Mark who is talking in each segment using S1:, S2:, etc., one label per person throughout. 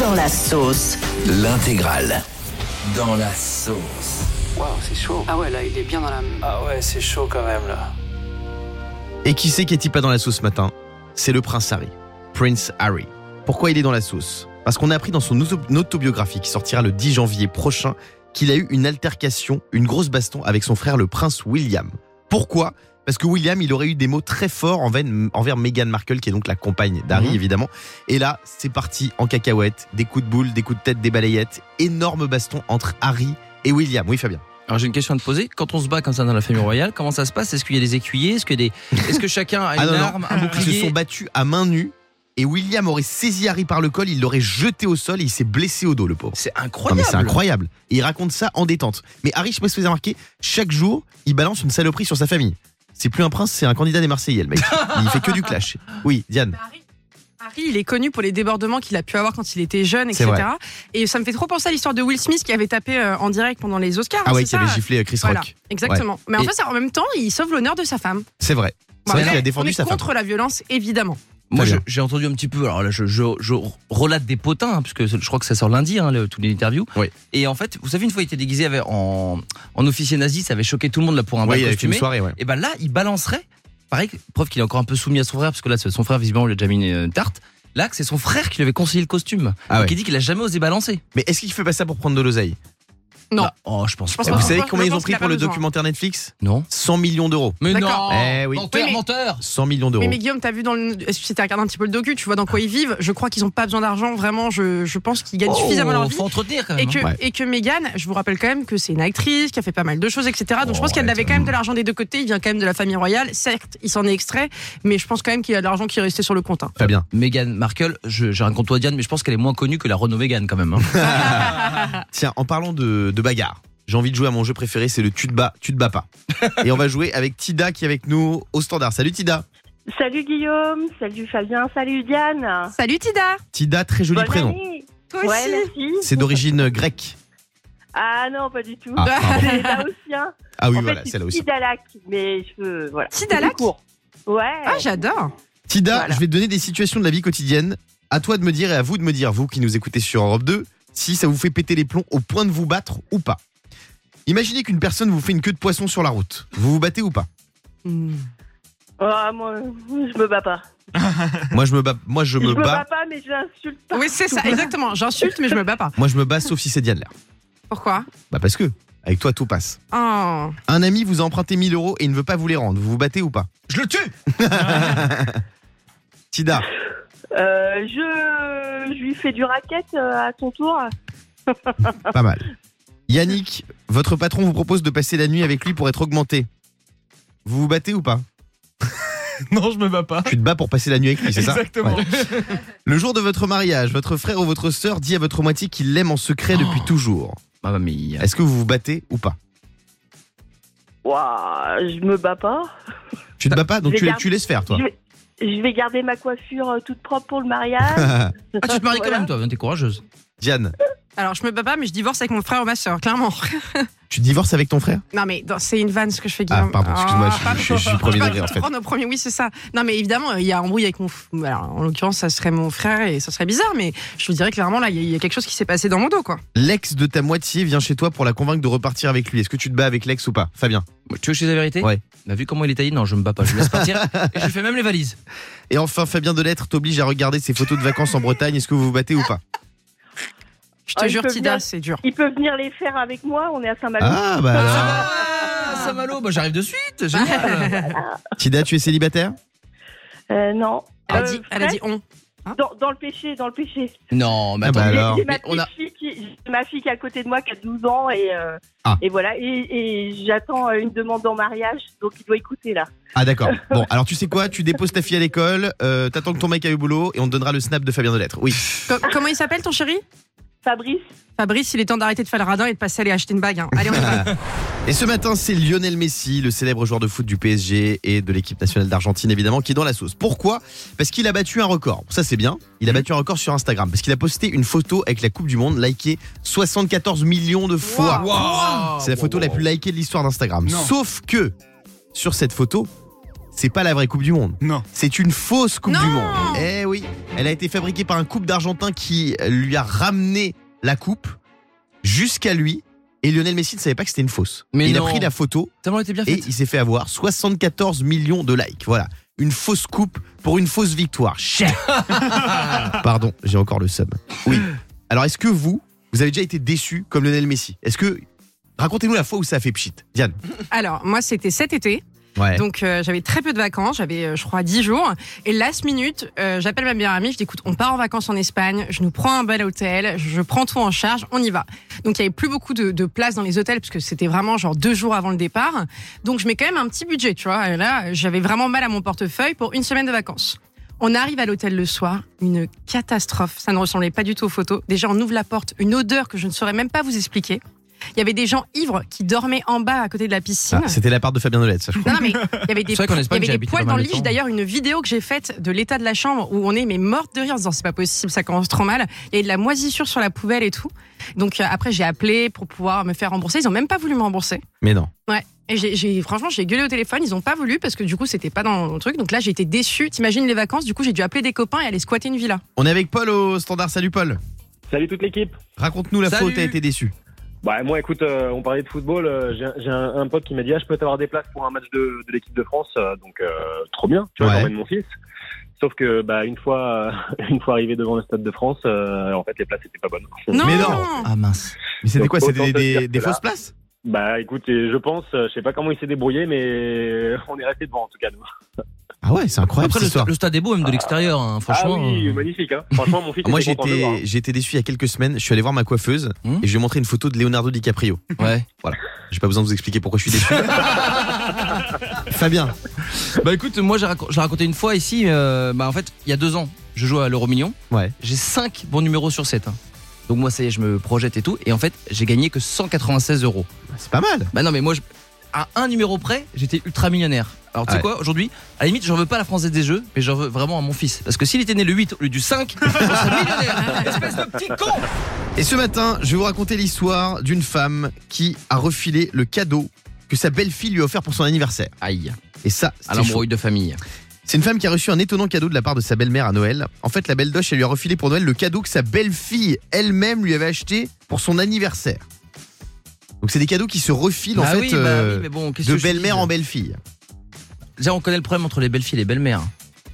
S1: Dans la sauce.
S2: L'intégrale. Dans la sauce.
S3: Waouh, c'est chaud.
S4: Ah ouais, là, il est bien dans la.
S3: Ah ouais, c'est chaud quand même là.
S5: Et qui c'est qui est pas dans la sauce ce matin C'est le prince Harry. Prince Harry. Pourquoi il est dans la sauce Parce qu'on a appris dans son auto- autobiographie qui sortira le 10 janvier prochain qu'il a eu une altercation, une grosse baston avec son frère le prince William. Pourquoi Parce que William, il aurait eu des mots très forts envers, envers Meghan Markle, qui est donc la compagne d'Harry,
S2: Mhm.
S5: évidemment. Et là, c'est parti en cacahuète, des coups de boule, des coups de tête, des balayettes, énorme baston entre Harry et William. Oui, Fabien.
S6: Alors j'ai une question à te poser. Quand on se bat comme ça dans la famille royale, comment ça se passe Est-ce qu'il y a des écuyers Est-ce que des Est-ce que chacun a une
S5: Ah non, non.
S6: arme, un
S5: Ils se
S6: bouclier
S5: sont battus à main nue. Et William aurait saisi Harry par le col, il l'aurait jeté au sol et il s'est blessé au dos, le pauvre.
S6: C'est
S5: Non,
S6: incroyable.
S5: mais c'est incroyable. Et il raconte ça en détente. Mais Harry, je sais pas si vous avez remarqué, chaque jour, il balance une saloperie sur sa famille. C'est plus un prince, c'est un candidat des Marseillais, le mec. Il fait que du clash. Oui, Diane.
S4: Harry, Harry, il est connu pour les débordements qu'il a pu avoir quand il était jeune,
S5: C'est vrai.
S4: etc. Et ça me fait trop penser à l'histoire de Will Smith qui avait tapé euh, en direct pendant les Oscars.
S5: Ah
S4: hein,
S5: ouais,
S4: c'est
S5: qui avait
S4: ça
S5: giflé Chris
S4: Voilà,
S5: Rock.
S4: exactement. Mais en
S5: Et-
S4: fait, ça, en même temps, il sauve l'honneur de sa femme.
S5: C'est vrai. C'est vrai
S4: Voilà.
S5: qu'il a
S4: On
S5: défendu
S4: est
S5: sa femme.
S4: contre la violence, évidemment.
S6: Moi
S5: Très
S6: je-
S5: bien.
S6: j'ai entendu un petit peu. Alors là je, je, je relate des potins hein, parce que je crois que ça sort lundi hein, le- tous les interviews.
S5: Oui.
S6: Et en fait, vous savez une fois il était déguisé avec- en en officier nazi, ça avait choqué tout le monde là pour un
S5: Oui,
S6: bal
S5: avec une
S6: costumé.
S5: soirée, ouais.
S6: Et ben là il balancerait. Pareil, que- preuve qu'il est encore un peu soumis à son frère parce que là son frère visiblement lui a déjà mis une euh, tarte. Là que c'est son frère qui lui avait conseillé le costume.
S5: Ah
S6: Donc
S5: ouais.
S6: il dit qu'il a jamais osé balancer.
S5: Mais est-ce qu'il fait pas ça pour prendre de l'oseille
S4: Non.
S6: Bah, oh je pense
S4: Je pense
S6: pas.
S5: Vous
S4: pas.
S5: savez
S4: je
S5: combien ils ont
S4: pense
S5: pris
S4: qu'il a
S5: pour
S4: pas
S5: le
S4: besoin.
S5: documentaire Netflix
S6: Non.
S5: 100 millions d'euros.
S6: Mais
S4: D'accord.
S6: non
S5: Eh oui.
S6: Menteur,
S4: Oui, mais-
S6: menteur
S5: 100 millions d'euros.
S4: Mais, mais Guillaume, t'as vu dans le. Si t'as regardé un petit peu le docu, tu vois dans
S5: Ah.
S4: quoi ils vivent. Je crois qu'ils ont pas besoin d'argent, vraiment. Je, je pense qu'ils
S5: Oh,
S4: gagnent suffisamment leur vie.
S6: Oh, faut entretenir quand
S4: Et
S6: même.
S4: que,
S6: hein.
S5: Ouais.
S4: et que Meghan, je vous rappelle quand même que c'est une actrice qui a fait pas mal de choses, etc. Donc je pense
S5: Oh,
S4: qu'elle
S5: ouais,
S4: avait quand même de l'argent des deux côtés. Il vient quand même de la famille royale. Certes, il s'en est extrait, mais je pense quand même qu'il y a de l'argent qui est resté sur le compte. hein.
S5: Fabien.
S6: Meghan Markle, je, j'ai rien contre toi Diane, mais je pense qu'elle est moins connue que la Renault Meghan quand même. hein.
S5: Tiens, en parlant de, de bagarre, j'ai envie de jouer à mon jeu préféré, c'est le tu te bats, tu te bats pas. Et on va jouer avec Tida qui est avec nous au standard. Salut Tida.
S7: Salut Guillaume, salut Fabien, salut Diane.
S4: Salut Tida
S5: Tida, très joli
S7: Bonne
S5: prénom.
S7: année.
S4: Toi
S7: Ouais,
S4: aussi
S7: merci.
S5: C'est d'origine grecque.
S7: Ah non, pas du tout.
S5: Ah, pardon.
S7: C'est laotien.
S5: Ah oui,
S7: en
S5: voilà,
S7: fait,
S5: c'est là
S7: c'est
S5: aussi.
S7: Tidalak, mais je veux, voilà.
S4: Tidalak
S7: C'est court. Ouais.
S4: Ah, j'adore
S5: Tida,
S7: Voilà.
S5: je vais te donner des situations de la vie quotidienne. À toi de me dire et à vous de me dire, vous qui nous écoutez sur Europe 2, si ça vous fait péter les plombs au point de vous battre ou pas. Imaginez qu'une personne vous fait une queue de poisson sur la route. Vous vous battez ou pas
S4: Hmm.
S7: Ah, moi, je me bats pas.
S5: Moi je me bats, moi je
S7: Je
S5: me bats,
S7: pas, mais je l'insulte pas.
S4: Oui, c'est ça, exactement. J'insulte, mais je me bats pas.
S5: moi je me bats sauf si c'est Diane Lair.
S4: Pourquoi
S5: Bah parce que avec toi tout passe.
S4: Oh.
S5: Un ami vous a emprunté 1000 euros et il ne veut pas vous les rendre. Vous vous battez ou pas
S6: Je le tue
S5: Tida,
S7: Euh, je... je lui fais du racket euh, à son tour.
S5: pas mal. Yannick, votre patron vous propose de passer la nuit avec lui pour être augmenté. Vous vous battez ou pas
S8: Non, je me bats pas.
S5: Tu te bats pour passer la nuit avec lui, c'est ça
S8: Exactement.
S5: Ouais. Le jour de votre mariage, votre frère ou votre sœur dit à votre moitié qu'il l'aime en secret
S6: Oh.
S5: depuis toujours.
S6: Mamma mia.
S5: Est-ce que vous vous battez ou pas
S7: Ouah, je me bats pas.
S5: Tu te bats pas, donc
S7: Je
S5: tu, la-
S7: garde-
S5: tu laisses faire, toi.
S7: Je vais... je vais garder ma coiffure euh, toute propre pour le mariage.
S6: Ah, tu te maries quand
S7: Voilà.
S6: même toi, t'es courageuse.
S5: Diane,
S4: Alors, je me bats pas, mais je divorce avec mon frère ou ma soeur, clairement.
S5: tu divorces avec ton frère
S4: Non, mais dans- c'est une vanne ce que je fais,
S5: Ah,
S4: Guillaume.
S5: pardon, excuse-moi, je-
S4: Ah,
S5: je, je- je suis premier
S4: Bah,
S5: degré en
S4: je
S5: fait.
S4: prends au premier, oui, c'est ça. Non, mais évidemment, il y a embrouille avec mon. f- Alors, en l'occurrence, ça serait mon frère et ça serait bizarre, mais je vous dirais clairement, là, il y a- il y, a quelque chose qui s'est passé dans mon dos, quoi.
S5: L'ex de ta moitié vient chez toi pour la convaincre de repartir avec lui. Est-ce que tu te bats avec l'ex ou pas Fabien.
S6: Tu veux que je dise la vérité
S5: Ouais.
S6: Bah, vu comment il est taillé, non, je me bats pas, je le laisse partir. et je fais même les valises.
S5: Et enfin, Fabien Delettre t'oblige à regarder ses photos de vacances en Bretagne. Est-ce que vous vous battez ou pas
S4: Je te
S7: Ah, il
S4: jure,
S7: peut
S4: Tida,
S7: venir.
S4: c'est dur.
S7: Il peut venir les faire avec moi, on est à Saint-Malo.
S5: Ah bah alors.
S6: Ah, Saint-Malo, bah j'arrive de suite, génial.
S5: Tida, tu es célibataire
S7: Euh, non.
S4: Elle a
S7: Euh,
S4: dit, elle a
S7: Fred,
S4: dit on.
S7: Dans, dans le péché, dans le péché.
S6: non, mais
S5: Ah bah
S6: attends.
S5: alors.
S7: J'ai ma,
S6: mais on a-
S7: petite fille qui- j'ai ma fille qui est à côté de moi qui a 12 ans et, euh,
S5: Ah.
S7: et voilà. Et, et j'attends euh, une demande en mariage, donc il doit écouter là.
S5: Ah d'accord. Bon, alors tu sais quoi Tu déposes ta fille à l'école, euh, t'attends que ton mec aille au boulot et on te donnera le snap de Fabien Delettre. Oui.
S4: Co-
S7: Ah.
S4: comment il s'appelle, ton chéri
S7: Fabrice,
S4: Fabrice, il est temps d'arrêter de faire le radin et de passer à aller acheter une bague. hein. Allez, on y va.
S5: Et ce matin, c'est Lionel Messi, le célèbre joueur de foot du PSG et de l'équipe nationale d'Argentine, évidemment, qui est dans la sauce. Pourquoi Parce qu'il a battu un record. Ça, c'est bien.
S4: Mhm.
S5: Il a battu un record sur Instagram. Parce qu'il a posté une photo avec la Coupe du Monde, likée 74 millions de fois. C'est la photo la plus likée de l'histoire d'Instagram.
S8: Non.
S5: Sauf que, sur cette photo, c'est pas la vraie Coupe du Monde.
S8: Non.
S5: C'est une fausse Coupe
S4: Non
S5: du Monde. Eh oui. Elle a été fabriquée par un couple d'Argentins qui lui a ramené la coupe jusqu'à lui. Et Lionel Messi ne savait pas que c'était une fausse.
S6: Mais
S5: il
S6: non.
S5: a pris la photo
S6: Tellement elle était bien
S5: et
S6: faite.
S5: il s'est fait avoir 74 millions de likes. Voilà. Une fausse coupe pour une fausse victoire. Chef Pardon, j'ai encore le sub. Oui. Alors, est-ce que vous, vous avez déjà été déçu comme Lionel Messi Est-ce que. Racontez-nous la fois où ça a fait pchit. Diane.
S4: Alors, moi, c'était cet été.
S5: Ouais.
S4: Donc, euh, j'avais très peu de vacances. J'avais, euh, je crois, 10 jours. Et last minute, euh, j'appelle ma meilleure amie. Je dis, écoute, on part en vacances en Espagne. Je nous prends un bel hôtel. Je prends tout en charge. On y va. Donc, il n'y avait plus beaucoup de, de places dans les hôtels parce que c'était vraiment genre deux jours avant le départ. Donc, je mets quand même un petit budget, tu vois. Et là, j'avais vraiment mal à mon portefeuille pour une semaine de vacances. On arrive à l'hôtel le soir, une catastrophe. Ça ne ressemblait pas du tout aux photos. Déjà, on ouvre la porte, une odeur que je ne saurais même pas vous expliquer. Il y avait des gens ivres qui dormaient en bas à côté de la piscine.
S5: Ah, c'était la part de Fabien Delette, ça, je crois.
S4: Non, non, mais il y avait des,
S6: C'est vrai qu'en
S4: il y
S6: Espagne,
S4: avait
S6: j'ai
S4: des
S6: habité
S4: poils
S6: pas
S4: dans
S6: mal
S4: le
S6: de
S4: lit. J'ai
S6: temps.
S4: D'ailleurs, une vidéo que j'ai faite de l'état de la chambre où on est mais morte de rire en se disant c'est pas possible, ça commence trop mal. Il y avait de la moisissure sur la poubelle et tout. Donc euh, après, j'ai appelé pour pouvoir me faire rembourser. Ils ont même pas voulu me rembourser.
S5: Mais non.
S4: Ouais. Et j'ai, j'ai- franchement, j'ai gueulé au téléphone. Ils ont pas voulu parce que du coup, c'était pas dans le truc. Donc là, j'ai été déçue. T'imagines les vacances. Du coup, j'ai dû appeler des copains et aller squatter une villa.
S5: On est avec Paul au standard. Salut Paul.
S9: Salut toute l'équipe.
S5: Raconte-nous la
S6: Salut.
S5: fois où t'as été déçu.
S9: Bah moi écoute, euh, on parlait de football, euh, j'ai- j'ai un, un pote qui m'a dit ah je peux t'avoir des places pour un match de, de l'équipe de France, euh, donc euh, trop bien, tu vois
S5: Ouais.
S9: j'emmène mon fils. Sauf que bah une fois euh, une fois arrivé devant le stade de France, euh, en fait les places étaient pas bonnes.
S4: Non.
S5: Mais non.
S6: Ah mince.
S5: Mais c'était
S9: Donc,
S5: quoi
S9: autant
S5: C'était
S9: te
S5: des,
S9: dire
S5: des-
S9: que
S5: des
S9: là-
S5: fausses places
S9: Bah écoute, et je pense, euh, je sais pas comment il s'est débrouillé, mais on est resté devant en tout cas. nous.
S5: Ah ouais, c'est incroyable
S6: Après,
S5: cette histoire.
S6: le, le stade est beau, même de l'extérieur, hein, franchement.
S9: ah oui,
S6: euh,
S9: magnifique. Hein. Franchement mon fils.
S5: Moi
S9: était content de le voir. hein.
S5: j'étais j'étais déçu il y a quelques semaines, je suis allé voir ma coiffeuse
S6: Hmm.
S5: et je lui ai montré une photo de Leonardo DiCaprio.
S6: ouais.
S5: J'ai pas besoin de vous expliquer pourquoi je suis déçu. Fabien,
S6: Bah écoute, moi j'ai raco- je l'ai raconté une fois ici, euh, bah en fait, il y a deux ans, je jouais à l'Euro Million.
S5: Ouais.
S6: J'ai 5 bons numéros sur 7. Donc moi ça y est, je me projette et tout. Et en fait, j'ai gagné que 196 euros.
S5: c'est pas mal.
S6: Bah non, mais moi, je- à un numéro près, j'étais ultra millionnaire. Alors tu sais
S5: Ouais.
S6: quoi, aujourd'hui, à la limite, j'en veux pas à la française des jeux, mais j'en veux vraiment à mon fils. Parce que s'il était né le 8 au lieu du 5, on serait millionnaire. Espèce de petit con
S5: Et ce matin, je vais vous raconter l'histoire d'une femme qui a refilé le cadeau que sa belle-fille lui a offert pour son anniversaire.
S6: Aïe,
S5: Et ça,
S6: à
S5: c'est chaud.
S6: l'embrouille de famille.
S5: C'est une femme qui a reçu un étonnant cadeau de la part de sa belle-mère à Noël. En fait, la belle doche, elle lui a refilé pour Noël le cadeau que sa belle-fille elle-même lui avait acheté pour son anniversaire. Donc c'est des cadeaux qui se refilent en
S6: Bah
S5: fait
S6: oui, bah
S5: euh,
S6: oui, mais bon, qu'est-ce
S5: de
S6: que je te
S5: belle-mère
S6: dis
S5: en belle-fille.
S6: Déjà, on connaît le problème entre les belles-filles et les belles-mères. hein.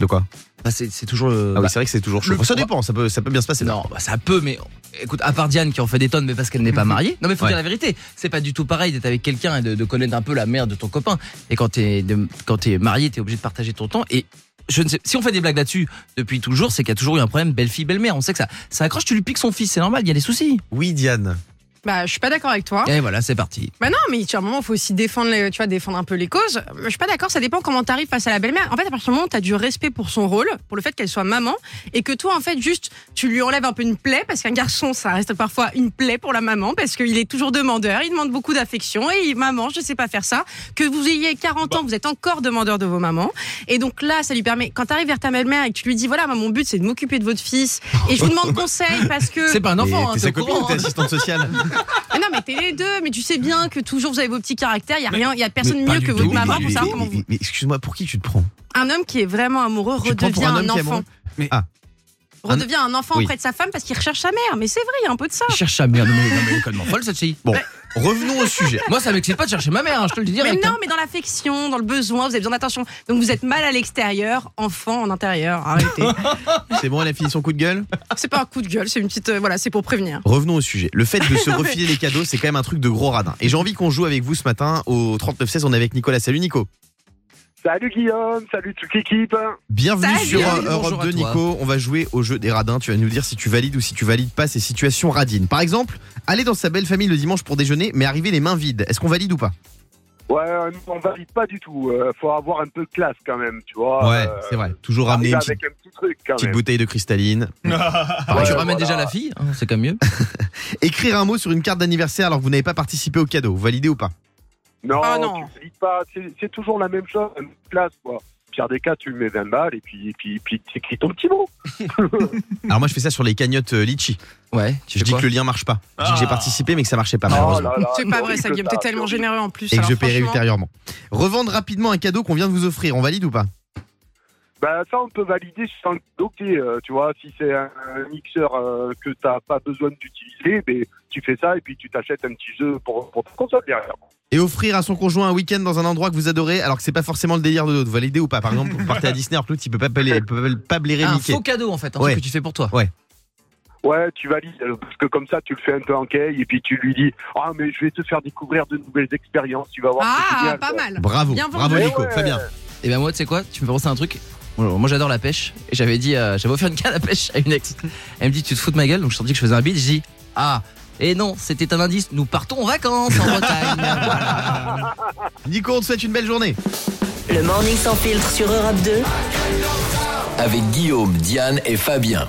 S5: De quoi
S6: Bah, c'est c'est toujours. euh,
S5: Ah
S6: bah,
S5: oui, c'est vrai que c'est toujours chaud.
S6: le-
S5: Ça dépend, ça peut, ça peut bien se passer.
S6: Non, bah, ça peut, mais écoute, à part Diane qui en fait des tonnes, mais parce qu'elle n'est pas mariée. Non, mais faut
S5: Mhm.
S6: dire
S5: Ouais.
S6: la vérité, c'est pas du tout pareil d'être avec quelqu'un et de, de connaître un peu la mère de ton copain. Et quand t'es de- quand t'es marié, t'es obligé de partager ton temps. Et je ne sais, si on fait des blagues là-dessus depuis toujours, c'est qu'il y a toujours eu un problème belle-fille, belle-mère. On sait que ça, ça accroche, tu lui piques son fils, c'est normal, il y a des soucis.
S5: Oui, Diane.
S4: Bah, je suis pas d'accord avec toi.
S5: Ah.
S6: Et voilà, c'est parti.
S4: Bah non, mais tu vois, à un moment, faut aussi défendre, les, tu vois, défendre un peu les causes. Je suis pas d'accord, ça dépend comment t'arrives face à la belle-mère. En fait, à partir du moment où t'as du respect pour son rôle, pour le fait qu'elle soit maman, et que toi, en fait, juste, tu lui enlèves un peu une plaie, parce qu'un garçon, ça reste parfois une plaie pour la maman, parce qu'il est toujours demandeur, il demande beaucoup d'affection, et il- maman, je sais pas faire ça. Que vous ayez 40 ans, vous êtes encore demandeur de vos mamans. Et donc là, ça lui permet, quand t'arrives vers ta belle-mère et que tu lui dis, voilà, moi, mon but, c'est de m'occuper de votre fils, et je vous demande conseil parce que.
S6: C'est pas un enfant, hein,
S5: Euh. t'es
S6: t'es
S5: sa
S6: au
S5: copine
S6: courant,
S5: ou t'es
S6: hein.
S5: assistante sociale
S4: Ah non, mais t'es les deux, mais tu sais bien que toujours vous avez vos petits caractères, il y a rien, il y a
S5: Mais
S4: personne
S5: pas
S4: mieux
S5: du
S4: que
S5: tout.
S4: votre
S5: Mais-
S4: maman pour
S5: mais-
S4: savoir
S5: mais-
S4: comment vous.
S5: mais excuse-moi, pour qui tu te prends
S4: Un homme qui est vraiment amoureux
S5: Tu te prends
S4: redevient
S5: pour un
S4: un,
S5: homme qui est
S4: enfant.
S5: amoureux Ah.
S4: Redevient un enfant
S5: Oui.
S4: auprès de sa femme parce qu'il recherche sa mère. Mais c'est vrai, il y a un peu de ça.
S6: Je hein. cherche sa mère, non mais, non, mais elle est complètement folle cette fille.
S5: Bon, revenons au sujet.
S6: Moi, ça m'excite pas de chercher ma mère, hein, je te le dis
S4: Mais
S6: direct.
S4: non,
S6: hein.
S4: mais dans l'affection, dans le besoin, vous avez besoin d'attention. Donc vous êtes mal à l'extérieur, enfant en intérieur. Arrêtez.
S5: C'est bon, elle a fini son coup de gueule
S4: c'est pas un coup de gueule, c'est une petite. euh, voilà, c'est pour prévenir.
S5: Revenons au sujet. Le fait de se refiler les cadeaux, c'est quand même un truc de gros radin. Et j'ai envie qu'on joue avec vous ce matin au 3916. On est avec Nicolas. Salut Nico.
S9: Salut Guillaume, salut toute l'équipe.
S5: Bienvenue
S4: Salut.
S5: sur euh,
S6: Bienvenue, bonjour
S5: Europe
S6: à
S5: 2,
S6: toi.
S5: Nico. On va jouer au jeu des radins. Tu vas nous dire si tu valides ou si tu valides pas ces situations radines. Par exemple, aller dans sa belle famille le dimanche pour déjeuner, mais arriver les mains vides. Est-ce qu'on valide ou pas
S9: Ouais, on valide pas du tout. euh, faut avoir un peu de classe quand même, tu vois. Euh,
S5: c'est vrai. Toujours ramener une petite,
S9: un petit truc quand
S5: petite bouteille de cristalline.
S6: Enfin, tu
S9: Ouais,
S6: ramènes
S9: voilà.
S6: déjà la fille, hein, c'est quand même mieux.
S5: Écrire un mot sur une carte d'anniversaire alors que vous n'avez pas participé au cadeau. Vous validez ou pas
S9: Non,
S4: Ah non.
S9: tu flippes pas. C'est c'est toujours la même chose, la même place, quoi. Pire des cas, tu mets 20 balles et puis, et puis, puis tu écris ton petit mot.
S5: Alors moi, je fais ça sur les cagnottes euh, Litchi.
S6: Ouais, tu
S5: Je dis
S6: quoi
S5: que le lien marche pas. Je dis que j'ai
S8: Ah.
S5: participé mais que ça marchait
S9: Oh
S5: pas malheureusement.
S4: C'est pas vrai, ça, Guillaume. T'es tellement
S9: génial.
S4: généreux en plus.
S5: et que
S4: alors
S5: je paierai
S4: franchement,
S5: ultérieurement. Revendre rapidement un cadeau qu'on vient de vous offrir, on valide ou pas
S9: Bah ça on peut valider sans le bloquer, euh, tu vois, si c'est un, un mixeur euh, que t'as pas besoin d'utiliser, ben, tu fais ça et puis tu t'achètes un petit jeu pour, pour ta console derrière.
S5: Et offrir à son conjoint un week-end dans un endroit que vous adorez, alors que c'est pas forcément le délire de l'autre. Validez ou pas Par exemple, vous partez à Disney, alors que l'autre, il peut pas, blairer- il peut pas blairer
S6: Un
S5: Mickey.
S6: faux cadeau en fait, un
S5: Ouais.
S6: truc que tu fais pour toi.
S9: Ouais, tu valides, euh, parce que comme ça tu le fais un peu en caille et puis tu lui dis « Ah mais je vais te faire découvrir de nouvelles expériences, tu vas voir c'est
S4: Ah,
S9: génial.
S4: pas mal.
S5: Bravo,
S4: Bien
S5: bravo
S4: vendu.
S5: Nico,
S9: Ouais.
S5: Fabien.
S6: Et ben moi, tu sais quoi, tu me fais penser à un truc. Bon, Moi, j'adore la pêche. Et j'avais dit, euh, j'avais offert une canne à pêche à une ex. Elle me dit, tu te fous de ma gueule. Donc, je sorti que je faisais un bid. Je dis, ah, et non, c'était un indice. Nous partons en vacances en Bretagne. Voilà.
S5: Nico, on te souhaite une belle journée.
S1: Le morning sans filtre sur Europe 2.
S2: Avec Guillaume, Diane et Fabien.